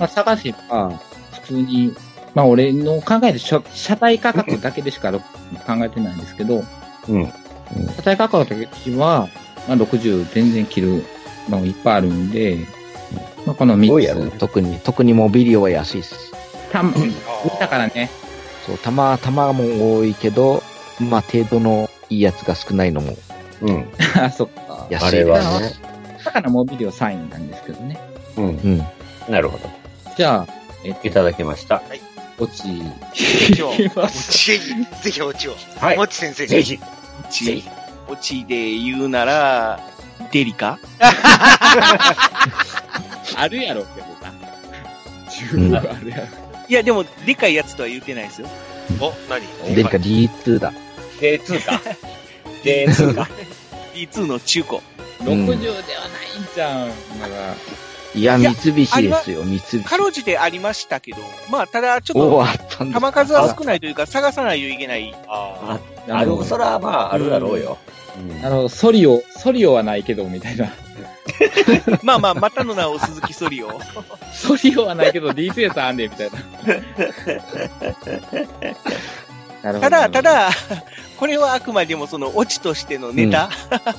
Speaker 1: まあ、探せば、普通に、まあ、俺の考えで車、車体価格だけでしかろ考えてないんですけど、
Speaker 2: うんうん
Speaker 1: 車体価格だけは、まあ、60全然切るのいっぱいあるんで、まあ、この
Speaker 5: どうや
Speaker 1: 3
Speaker 5: る特に、特にモビリオは安いっす。
Speaker 1: つ、た、だからね、
Speaker 5: そう、玉、玉も多いけど、まあ、程度のいいやつが少ないのも
Speaker 2: うん。
Speaker 1: あ、そっか。
Speaker 5: 安い。
Speaker 2: あれはね。
Speaker 1: だからモビリオ3位なんですけどね。
Speaker 2: うん。
Speaker 5: うん。
Speaker 2: なるほど。
Speaker 1: じゃあ、えっ
Speaker 2: い
Speaker 1: と、
Speaker 2: ただきました。
Speaker 1: 落ち、
Speaker 4: 落
Speaker 3: おちえに、ぜひおちを。
Speaker 2: はい
Speaker 3: も。ち先生
Speaker 2: ぜ
Speaker 3: に。
Speaker 2: ひ。
Speaker 4: ち、落ちで言うなら、デリカ
Speaker 1: あるやろうけどな。十
Speaker 5: うん
Speaker 1: 分あるやろ。
Speaker 4: いや、でも、でかいやつとは言ってないですよ。
Speaker 3: お、何
Speaker 5: でか D2 だ。
Speaker 2: J2 か。J2 か。
Speaker 4: D2 の中
Speaker 5: うん
Speaker 4: 古。
Speaker 1: 60ではないんじゃん。だから、
Speaker 5: いや、
Speaker 4: いや
Speaker 5: 三菱ですよ、三菱。
Speaker 4: かろうじてありましたけど、まあ、ただ、ち
Speaker 5: お
Speaker 4: ょ
Speaker 5: お、
Speaker 4: っ
Speaker 5: あったん
Speaker 4: と、
Speaker 5: だ。
Speaker 4: 弾数は少ないというか、探さないといけない。
Speaker 3: あ
Speaker 2: あある、そら、まあ、あるだろうよ。
Speaker 1: あの、ソリオ、ソリオはないけど、みたいな。
Speaker 4: まあまあ、またの名を鈴木ソリオ。
Speaker 1: [LAUGHS] ソリオはないけど、D2 やつあんで、みた [LAUGHS] いな。なるほど
Speaker 4: ただ、た、だ、 [LAUGHS] これはあくまでもその、オチとしてのネタ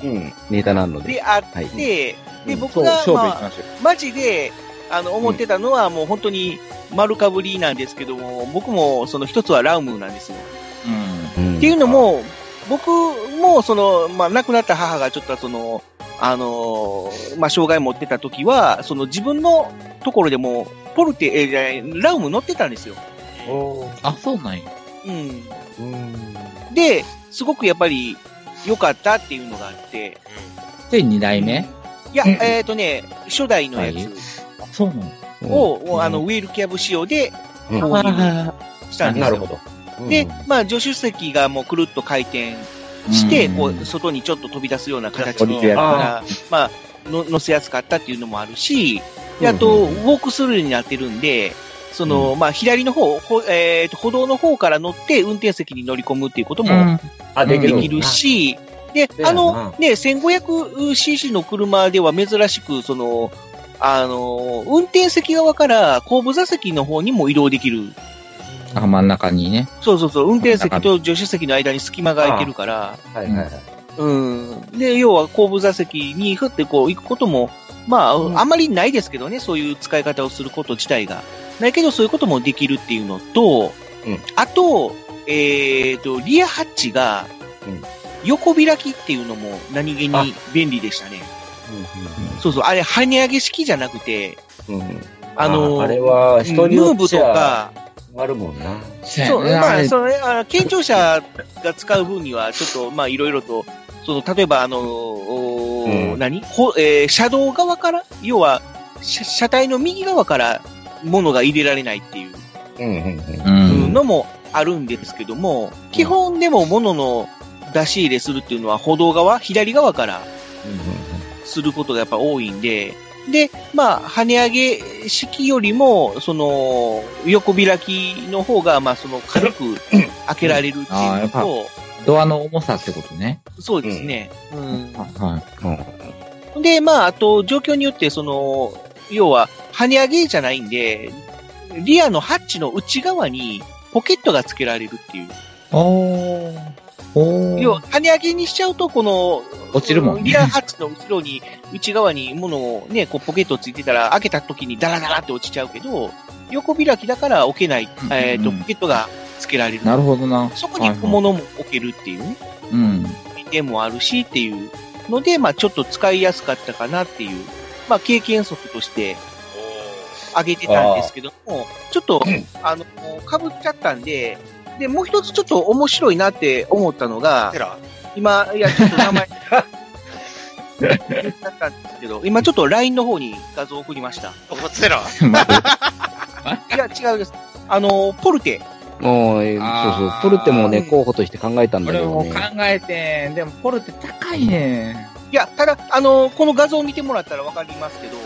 Speaker 2: うん。
Speaker 5: ネタなので。
Speaker 4: であって、
Speaker 5: はい
Speaker 4: で、
Speaker 1: うん
Speaker 4: 僕が、
Speaker 1: そう勝負
Speaker 4: ま
Speaker 1: 行き
Speaker 4: あ、
Speaker 1: ましょう。
Speaker 4: マジで、あの、思ってたのはもう本当に丸かぶりなんですけども、僕もその一つはラウムなんですよ。
Speaker 5: うん
Speaker 4: っていうのも、僕も、その、まあ、亡くなった母がちょっとその、あのーまあ、障害持ってた時は、その自分のところでも、ポルテ、えーじゃないラウム乗ってたんですよ。
Speaker 1: あ、そうなんや。
Speaker 4: うん。
Speaker 2: うん。
Speaker 4: で、すごくやっぱり良かったっていうのがあって、
Speaker 1: で、2代目
Speaker 4: いや、えっ、とね、初代のやつ
Speaker 1: そうなん
Speaker 4: を、あの、ウェールキャブ仕様で、こういう
Speaker 1: あ
Speaker 4: したんです
Speaker 2: な
Speaker 4: よ。
Speaker 2: るほど。
Speaker 4: で、まあ、助手席がもうくるっと回転して、
Speaker 1: うん
Speaker 4: こう、外にちょっと飛び出すような形
Speaker 1: 飛び出
Speaker 4: に
Speaker 1: や
Speaker 4: だ
Speaker 1: が
Speaker 2: っ
Speaker 4: から、まあ、の乗せやすかったっていうのもあるし、であと、ウォークスルーになってるんで、その、まあ、左の方、ほえーと、歩道の方から乗って、運転席に乗り込むっていうことも
Speaker 2: あ、でき
Speaker 4: で
Speaker 2: る。
Speaker 4: きるし、で、
Speaker 2: そう
Speaker 4: あ
Speaker 2: やな
Speaker 4: の、ね、1500cc の車では珍しく、その、あの、運転席側から後部座席の方にも移動できる
Speaker 1: あ、真ん中にね。
Speaker 4: そうそうそう、運転席と助手席の間に隙間が空いてるから、
Speaker 2: はいはいはい。
Speaker 4: うん。で、要は後部座席にふってこう行くことも、まあ、あんまりないですけどね、そういう使い方をすること自体が。ないけど、そういうこともできるっていうのと、
Speaker 2: うん
Speaker 4: あと、えっ、と、リアハッチが
Speaker 2: うん、
Speaker 4: 横開きっていうのも何気に便利でしたね。そうそう、あれ、跳ね上げ式じゃなくて、
Speaker 2: うんうんうん
Speaker 4: あの
Speaker 2: あれは、人に
Speaker 4: ム
Speaker 2: よっ
Speaker 4: ーブと
Speaker 2: ちゃ
Speaker 4: か、
Speaker 2: あるもんな。
Speaker 1: そう
Speaker 4: そう、
Speaker 1: やね
Speaker 4: ま
Speaker 1: あ
Speaker 4: あ、
Speaker 1: れ
Speaker 4: それ、あの健常者が使う分には、ちょっと、まあ、いろいろと、その、例えば、あの、おー
Speaker 2: うん
Speaker 4: 何ほ、えー車道側から、要は、車車体の右側から、物が入れられないっていう
Speaker 2: うんうんうん。
Speaker 1: う
Speaker 4: うんん。のもあるんですけども、基本でも物の出し入れするっていうのは、歩道側、左側からすることがやっぱ多いんで、で、まあ、跳ね上げ式よりも、その、横開きの方が、まあ、その、軽
Speaker 1: [COUGHS]
Speaker 4: く開けられるって
Speaker 1: あー
Speaker 4: い
Speaker 1: や
Speaker 4: う
Speaker 1: っぱ
Speaker 4: と、
Speaker 1: ドアの重さってことね。
Speaker 4: そうですね。うん
Speaker 1: は
Speaker 4: で、まあ、あと、状況によって、その、要は、跳ね上げじゃないんで、リアのハッチの内側に、ポケットが付けられるっていう。
Speaker 1: い。おー。おー。
Speaker 4: 要は、跳ね上げにしちゃうと、この、
Speaker 1: 落ちるもんね
Speaker 4: リアハッチの後ろに、内側に物をね、こうポケットついてたら、開けた時にダラダラって落ちちゃうけど、横開きだから置けない、
Speaker 1: うん
Speaker 4: えっと、
Speaker 1: うん
Speaker 4: ポケットが付けられる。
Speaker 1: なるほどな。
Speaker 4: そこに小物も置けるっていうね、
Speaker 1: [LAUGHS] うん。
Speaker 4: でもあるしっていうので、まあちょっと使いやすかったかなっていう、まあ経験則として上げてたんですけども、ちょっと、あの、かぶっちゃったんで、で、もう一つちょっと面白いなって思ったのが
Speaker 3: テ、ラ
Speaker 4: 今、いや、ちょっと
Speaker 3: [LAUGHS]
Speaker 4: 名前、言っちゃったんですけど、今ちょっと LINE の方に画像送りま
Speaker 3: [LAUGHS]
Speaker 4: した。
Speaker 3: おテラ
Speaker 4: いや、違うです。あの、ポルテ。
Speaker 5: もう、えーそう
Speaker 1: あー
Speaker 5: そう、ポルテもね、候補として考えたんだ
Speaker 1: こ
Speaker 5: け
Speaker 1: れ
Speaker 5: ど
Speaker 1: も考
Speaker 5: ね。
Speaker 1: えてん、でもポルテ高いね。
Speaker 4: いや、ただ、あの、この画像を見てもらったらわかりますけど、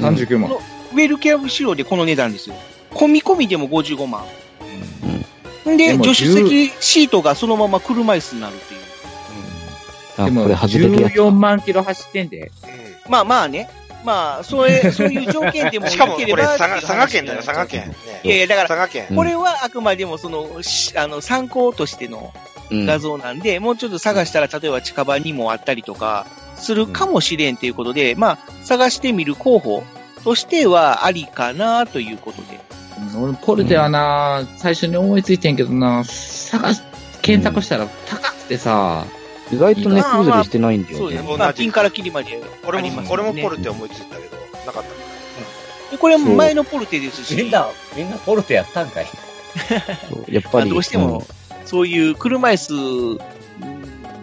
Speaker 5: うん
Speaker 1: 39万。
Speaker 4: ウェルケアブ仕様でこの値段ですよ。込み込みでも55万。ん
Speaker 1: で
Speaker 4: で、
Speaker 1: も
Speaker 4: 助手席シートがそのまま車椅子になるっていう。
Speaker 5: あ、
Speaker 1: で
Speaker 5: こ
Speaker 1: も
Speaker 5: れ外れてるやつ
Speaker 1: 14万キロ走ってんで。
Speaker 3: う
Speaker 4: まあまあね。まあ、それ、そういう条件で
Speaker 3: [LAUGHS]
Speaker 4: も
Speaker 3: ん。しかも、
Speaker 4: 良
Speaker 3: こ
Speaker 4: け
Speaker 3: れ、
Speaker 4: れば
Speaker 3: 佐賀
Speaker 4: っていう話
Speaker 3: 佐賀県だよ、
Speaker 4: に
Speaker 3: 佐賀
Speaker 4: なっちゃう
Speaker 3: 県。
Speaker 4: いやい
Speaker 3: ね
Speaker 4: や、だから、
Speaker 3: 佐賀県。
Speaker 4: これはあくまでもその、しあの、参考としての
Speaker 5: うん
Speaker 4: 画像なんで、もうちょっと探したら、例えば近場にもあったりとか、するかもしれんということで、まあ、探してみる候補としてはありかなということで。
Speaker 1: うん俺、ポルテはな、最初に思いついてんけどな、探し、検索したら高くてさ、
Speaker 5: 意外とね、
Speaker 4: まあまあ
Speaker 5: 崩れしてないんだ
Speaker 4: そ
Speaker 5: よ
Speaker 4: うです
Speaker 5: ね。
Speaker 4: ね。まあ、ピンからキリまであ
Speaker 3: 俺
Speaker 4: りま
Speaker 3: も、
Speaker 4: す
Speaker 3: 俺
Speaker 4: よ
Speaker 3: も
Speaker 4: ね
Speaker 3: ポルテ思いついたけど、なかった。
Speaker 4: でこれも前のポルテですし。
Speaker 2: みんな、みんなポルテやったんかい。
Speaker 5: そうやっぱり。
Speaker 4: まあどうしてもそういう車椅子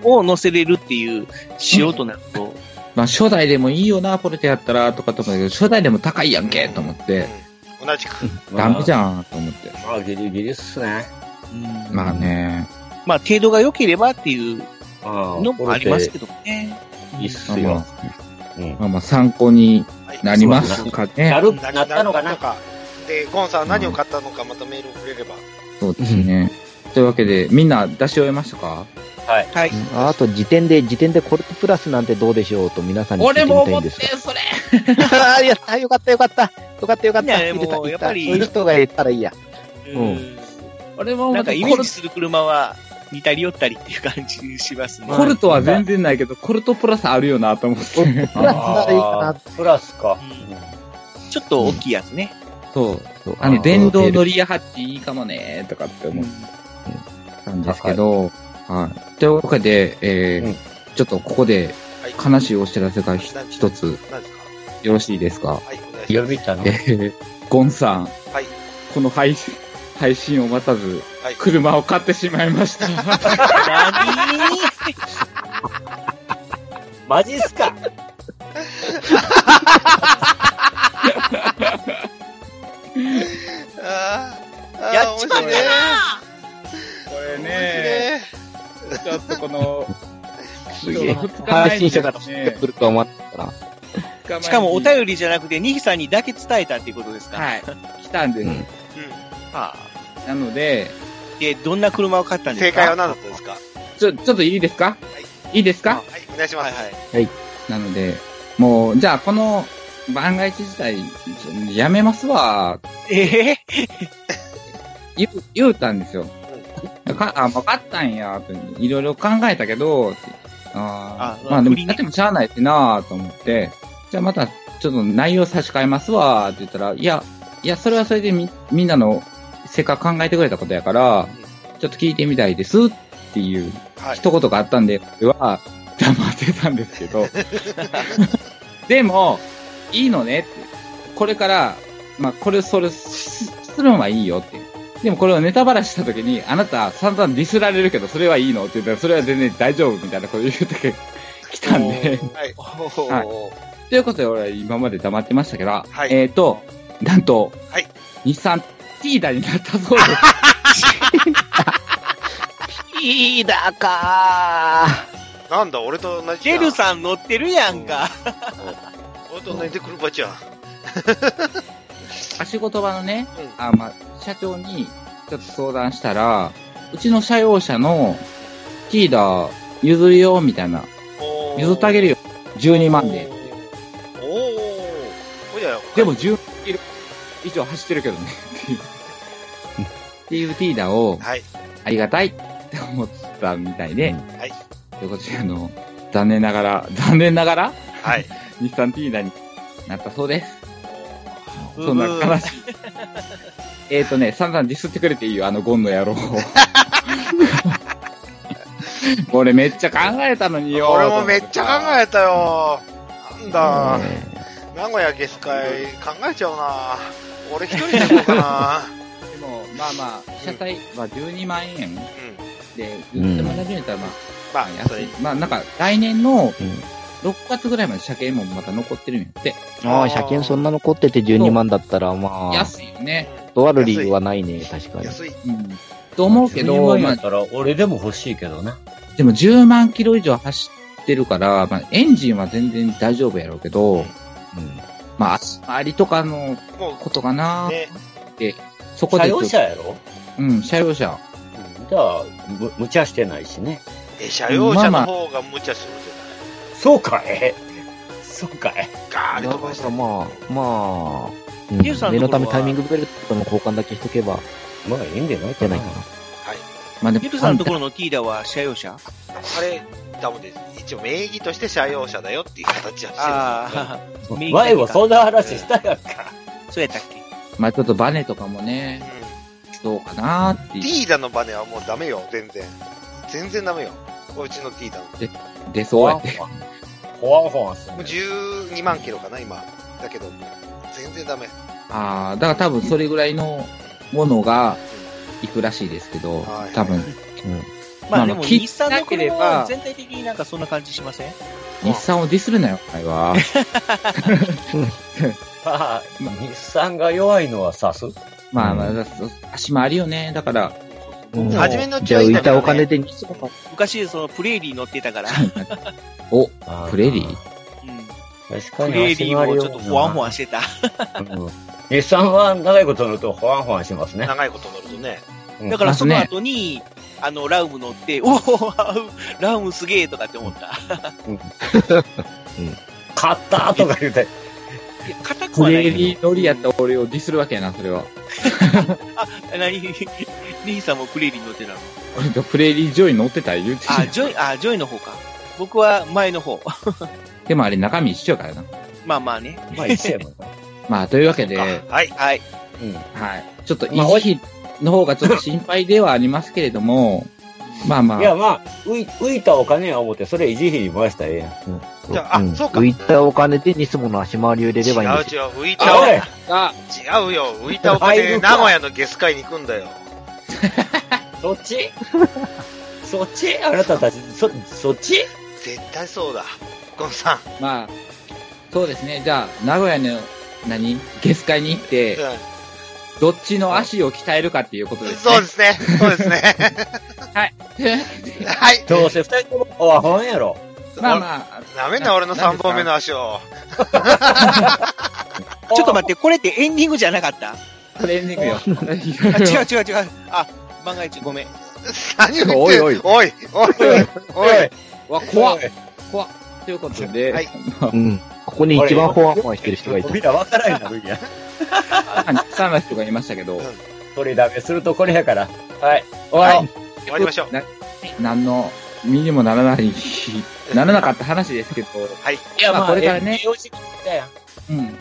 Speaker 4: を乗せれるっていう仕様となると、
Speaker 1: まあ初代でもいいよな、ポルテやったら、とかと思ったけど、初代でも高いやんけ、と思って、
Speaker 3: うん同じく。
Speaker 1: ダメじ
Speaker 2: ゃ
Speaker 1: ゃん、と思って。
Speaker 2: ん。まあ、ギリギリっすね。
Speaker 1: まあね、
Speaker 4: まあ程度が良ければっていう
Speaker 2: あ
Speaker 4: のもありますけどね。
Speaker 2: いいっす
Speaker 1: まあ
Speaker 2: よ
Speaker 1: ま。
Speaker 2: うん
Speaker 1: あ、まあまあ参考に
Speaker 3: はい
Speaker 1: なりますか
Speaker 2: な
Speaker 1: ね。
Speaker 2: る、なったのかな。
Speaker 3: か。で、ゴンさん何を買ったのか、またメールをくれれば。
Speaker 1: そうですね。というわけで、みんな出し終えましたか
Speaker 4: はい。
Speaker 5: ああと、時点で、時点でコルトプラスなんてどうでしょうと皆さんに聞いて
Speaker 1: 俺
Speaker 5: み
Speaker 1: も
Speaker 5: たい
Speaker 1: 思っ
Speaker 5: ん
Speaker 1: て
Speaker 5: で
Speaker 1: ん、
Speaker 5: す
Speaker 1: そ
Speaker 5: が。
Speaker 1: れ
Speaker 5: あ [LAUGHS] あ、やった、よかった、よかった。よかった、よかっ
Speaker 4: いや
Speaker 5: た。
Speaker 4: でも
Speaker 5: 入れた、入れ
Speaker 4: やっぱ
Speaker 5: た。そう
Speaker 4: り
Speaker 5: いう人が言ったらいいや。
Speaker 4: うん
Speaker 1: 俺も思
Speaker 4: な
Speaker 1: っ
Speaker 4: んか
Speaker 1: て
Speaker 4: イ
Speaker 1: ん、
Speaker 4: メ
Speaker 1: コ
Speaker 4: ー
Speaker 1: ル
Speaker 4: ジする車は似たり寄ったりっていう感じしますね。
Speaker 1: コルトは全然ないけど、コルトプラスあるよな、と思って。
Speaker 5: プラスならいいかな
Speaker 2: あープラスか。
Speaker 4: ちょっと大きいやつね。
Speaker 1: そう。
Speaker 5: そう
Speaker 1: あの、電動乗り屋ハッチいいかもね、とかって思ったんですけど、はい。というわけで、えー
Speaker 2: うん
Speaker 1: ちょっとここで
Speaker 3: はい。
Speaker 1: 悲しいお知らせがひ
Speaker 3: 何
Speaker 1: 一つ
Speaker 3: 何ですか
Speaker 1: よろしいです [LAUGHS] か
Speaker 3: はい、お願いし
Speaker 2: 読
Speaker 3: ます。
Speaker 2: みたの
Speaker 1: え。ー、ゴンさん。
Speaker 3: はい
Speaker 1: この配信、配信を待たず、
Speaker 3: はい。
Speaker 1: 車を買ってしまいました。
Speaker 4: [LAUGHS] 何
Speaker 2: [LAUGHS] マジっすか。
Speaker 3: あーあー
Speaker 4: やっ
Speaker 3: 美味しいね。
Speaker 6: これ
Speaker 3: 美味しい
Speaker 6: ね、
Speaker 3: ね。
Speaker 6: ちょっとこの、
Speaker 5: すげえ。
Speaker 6: そう二日前に
Speaker 5: 配信者が作ってくるとは思わなかったな。
Speaker 4: しかもお便
Speaker 6: り。
Speaker 4: りじゃなくて、ニヒさんにだけ伝えたっていうことですか、
Speaker 1: はい。来たんです。
Speaker 5: うん
Speaker 4: は
Speaker 1: なので、
Speaker 4: あで、どんな車を買ったんで
Speaker 3: 正
Speaker 4: すか
Speaker 3: 解は何だったんですかは
Speaker 1: ちょ、ちょっといいですかいいですか
Speaker 3: い、お願いします。
Speaker 1: なので、もう、じゃあこの番外地自体、やめますわ、
Speaker 4: ええ
Speaker 1: 言う、言うたんですよ。か、あ、分かったんや、と、いろいろ考えたけど、ってあ
Speaker 4: あ
Speaker 1: あ、まあでも、
Speaker 4: 振りね
Speaker 1: やってもしゃあないしなと思って、じゃあまた、ちょっと内容差し替えますわ、って言ったら、いや、いや、それはそれでみ、みんなの、せっかく考えてくれたことやから、ちょっと聞いてみたいです、っていう、
Speaker 3: はい。
Speaker 1: 一言があったんで、僕は、黙ってたんですけ
Speaker 3: [LAUGHS]
Speaker 1: ど、でも、いいのねって。これから、まあ、これ、それ、すするのはいいよって。でもこれをネタバラしした時に、あなた散々ディスられるけど、それはいいのって言ったら、それは全然大丈夫みたいなこと言うてき来たんで。
Speaker 3: はい。
Speaker 1: はということで、俺は今まで黙ってましたけど、
Speaker 3: はい
Speaker 1: えっ、ー、と、なんと、
Speaker 3: はい
Speaker 1: 日産ティーダになったそうです。
Speaker 4: いいだか
Speaker 3: なんだ、俺と同じ
Speaker 4: ジ
Speaker 3: じゃ
Speaker 4: ェ
Speaker 3: ん。
Speaker 4: ルさん乗ってるやんか。
Speaker 3: 俺と同じで車じゃん。
Speaker 1: あ仕事場のね、
Speaker 3: うん
Speaker 1: あまあ、社長にちょっと相談したら、うちの社用車のティーダ譲るよ、みたいな。
Speaker 3: おー
Speaker 1: 譲ってあげるよ。12万で。。
Speaker 3: おーおー。ほいだよ。
Speaker 1: でも10キロ以上走ってるけどね。っていう。っていうティーダを
Speaker 3: はい。
Speaker 1: ありがたいって思ったみたいで。
Speaker 3: んはい。
Speaker 1: ということで、あの、残念ながら、残念ながら、
Speaker 3: はい。
Speaker 1: 日産ティーダになったそうです。
Speaker 4: う
Speaker 1: そんな悲しい。えっとね、散々ディスってくれていいよ、あのゴンの野郎。俺めっちゃ考えたのによ。
Speaker 3: 俺もめっちゃ考
Speaker 1: え
Speaker 3: えたよ。なんだ、
Speaker 5: ね
Speaker 3: 名古屋ゲス会考えちゃうな。俺一人で行こうかな。
Speaker 1: た。でも、まあまあ、車載は12万円
Speaker 3: うん。
Speaker 1: で、言ってもらえるんやったら、まあ、
Speaker 3: まあ
Speaker 1: あ、安
Speaker 3: それ
Speaker 1: い。。まあなんか、来年の
Speaker 5: うん
Speaker 1: 6月ぐらいまで車検もまた残ってるんやって。
Speaker 5: ああ、車検そんな残ってて12万だったら、まあ、
Speaker 1: 安いよね。
Speaker 5: とある理由はないね、確かに。
Speaker 3: 安い。
Speaker 1: うん。と思うけど、ま
Speaker 2: や
Speaker 1: あ
Speaker 2: っ、たら俺でも欲しいけどな。
Speaker 1: でも10万キロ以上走ってるから、まあ、エンジンは全然大丈夫やろうけど、
Speaker 5: うん
Speaker 1: まあ、足回りとかの
Speaker 3: も
Speaker 1: ことかな
Speaker 3: う、。ね。
Speaker 1: そこで。
Speaker 2: 車用車やろ
Speaker 1: うん、車用車。
Speaker 2: うんじゃあ、む、無茶してないしね。
Speaker 3: え、車用車の方が無茶するじ
Speaker 2: そうかいそうかい
Speaker 3: ゃない。ガーリ
Speaker 5: だ
Speaker 3: 飛
Speaker 5: か
Speaker 3: ばし
Speaker 5: ら
Speaker 3: て。
Speaker 5: まあ、まあ、うん
Speaker 4: リュウさん
Speaker 5: 念
Speaker 4: の
Speaker 5: の
Speaker 4: とこ
Speaker 5: ためタ
Speaker 4: ろは
Speaker 5: イミングベルトの交換だけしとけば、
Speaker 2: まあ、いいんじゃない
Speaker 5: じ
Speaker 2: か
Speaker 5: ゃな。
Speaker 2: な
Speaker 5: か
Speaker 2: い
Speaker 5: な。
Speaker 1: まあでも
Speaker 4: ジェルさんのところのティーダは車用車
Speaker 3: あれ、多分です。一応名義として車用車だよっていう形はしてる。
Speaker 4: あ
Speaker 2: 前はそんな話したやんか。
Speaker 4: あ、 [LAUGHS] そうやったっけ
Speaker 1: まあちょっとバネとかも
Speaker 3: う
Speaker 1: ね、
Speaker 3: ん。
Speaker 1: どうかなって
Speaker 3: テ
Speaker 1: いう
Speaker 3: ィーダのバネはもうダメよ、全然。全然ダメよ。うちのティーダの。も
Speaker 1: 出そうやって。
Speaker 2: ほわんほわんす
Speaker 3: う
Speaker 2: る。
Speaker 3: 12万キロかな、今。だけど、全然ダメ。
Speaker 1: ああ、だから多分それぐらいのものが、いくらしいですけど
Speaker 3: はい、
Speaker 1: 多
Speaker 4: [LAUGHS]
Speaker 1: 分、ま
Speaker 4: まあ
Speaker 1: あ
Speaker 4: でも、
Speaker 1: 切っ
Speaker 4: 日産の車
Speaker 1: な
Speaker 4: は
Speaker 1: けれ
Speaker 4: 全体的になんかそんな感じしません
Speaker 1: 日産をディスるなよ、お前
Speaker 4: [LAUGHS]
Speaker 1: は。
Speaker 2: まあ、日産が弱いのはさす。
Speaker 1: まあまあ、だ足回りよね。だから、
Speaker 5: うん
Speaker 3: 初めの
Speaker 5: じゃあ
Speaker 3: 注意
Speaker 5: 浮
Speaker 3: だ
Speaker 5: いた
Speaker 3: よ
Speaker 5: お金
Speaker 3: ね。
Speaker 5: で日産
Speaker 4: 昔、そのプレーリー乗ってた [LAUGHS] から、
Speaker 1: お、
Speaker 2: あー
Speaker 1: プレリー
Speaker 4: うん
Speaker 2: 確か
Speaker 4: プ
Speaker 2: に
Speaker 4: レーリーもちょっとほわんほわ
Speaker 2: ん。
Speaker 4: んしてた。
Speaker 2: うん日産は長いこと乗るとほわんほわんしますね。
Speaker 3: 長いこと乗るとね。
Speaker 2: ん
Speaker 4: だからその後に、あの、ラウム乗って、 [LAUGHS] おお、ラウムすげえとかって思った。
Speaker 2: 買ったとか言うて。
Speaker 4: いや、硬く
Speaker 1: プ
Speaker 4: はな
Speaker 1: レ
Speaker 4: い
Speaker 1: リ
Speaker 4: け
Speaker 1: ー
Speaker 4: ど。
Speaker 1: 乗りやった俺をディスるわけやな、それは。
Speaker 4: あ、なに、リヒさんもプ [LAUGHS] レーリー乗って [LAUGHS] たの
Speaker 1: 俺がプレリー上位乗ってたら言うて
Speaker 4: あ、ジョイ、あ、ジョイの方か。僕は前の方。 [LAUGHS]
Speaker 1: でもあれ中身一緒やからな。
Speaker 4: まあまあね。
Speaker 2: まあ一緒やもんな。
Speaker 1: まあ、というわけで、は
Speaker 3: あはい。
Speaker 4: はい。
Speaker 1: い。ちょっと維持費の方がちょっと心配ではありますけれども、 [LAUGHS] まあま
Speaker 2: いや
Speaker 1: あ、
Speaker 2: まあ、浮い浮いたお金は思って、それ維持費に回したらええやん。
Speaker 3: じゃああ
Speaker 5: ん
Speaker 3: そうか
Speaker 5: 浮いたお金でニスモの足回りを入れ
Speaker 3: 違う違
Speaker 5: れば
Speaker 3: う
Speaker 5: いいんですよ。
Speaker 3: 浮いたお
Speaker 2: おい
Speaker 3: 金
Speaker 1: あ
Speaker 3: 違うよ浮いたお
Speaker 2: だい
Speaker 3: 金
Speaker 2: ぶか
Speaker 3: 名古屋のゲス会に行くんだよ
Speaker 2: そっちそっちあなたたち、そ、そっち
Speaker 3: 絶対そうだゴンさん、
Speaker 1: まあ、そうですね。じゃあ、名古屋の、何ゲス会に行って、
Speaker 3: う
Speaker 1: どっちの足を鍛えるかっていうことですね。
Speaker 3: そうですね。そうですね。
Speaker 1: [LAUGHS] はい。
Speaker 3: はい。
Speaker 2: どうせ二人とも、あ、ほんやろ。
Speaker 1: まあまあ、
Speaker 3: ダメな、俺の3本目の足を。
Speaker 4: ちょっと待って、これってエンディングじゃなか [LAUGHS] った
Speaker 1: トレーニングよ。
Speaker 4: あ違う違う違う。あ、万が一ごめん。
Speaker 3: 何を言ってる
Speaker 2: おい
Speaker 3: [LAUGHS] おい、おい、おい。
Speaker 1: うわ、怖っ。怖っ。ということで、
Speaker 3: はい
Speaker 5: うん。ここに一番ホワホワしてる人がいた。
Speaker 2: 扉分からんようになるんや。
Speaker 1: たくさんの人がいましたけど、
Speaker 2: 取りだめするとこれやから。はい。お
Speaker 3: はい
Speaker 2: い。
Speaker 3: 終わりましょう。
Speaker 1: 何の身にもならない、ならなかった話ですけど、
Speaker 3: はい。
Speaker 2: いや
Speaker 1: まあこれからね。
Speaker 2: 栄養士聞いたやん
Speaker 1: うん。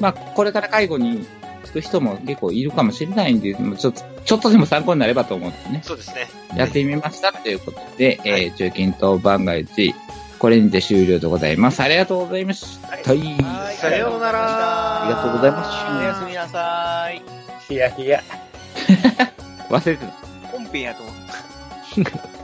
Speaker 1: まあ、これから介護につく人も結構いるかもしれないんで、もうちょっと、ちょっとでも参考になればと思ってね、
Speaker 3: そうですね。
Speaker 1: やってみましたということで、えー、中近東番外地、これにて終了でございます。ありがとうございました。
Speaker 4: はい
Speaker 3: さようなら。
Speaker 5: ありがとうございま
Speaker 4: おやすみなさい。
Speaker 2: ヒヤヒヤ。
Speaker 1: 忘れてた。
Speaker 4: 本編やと思って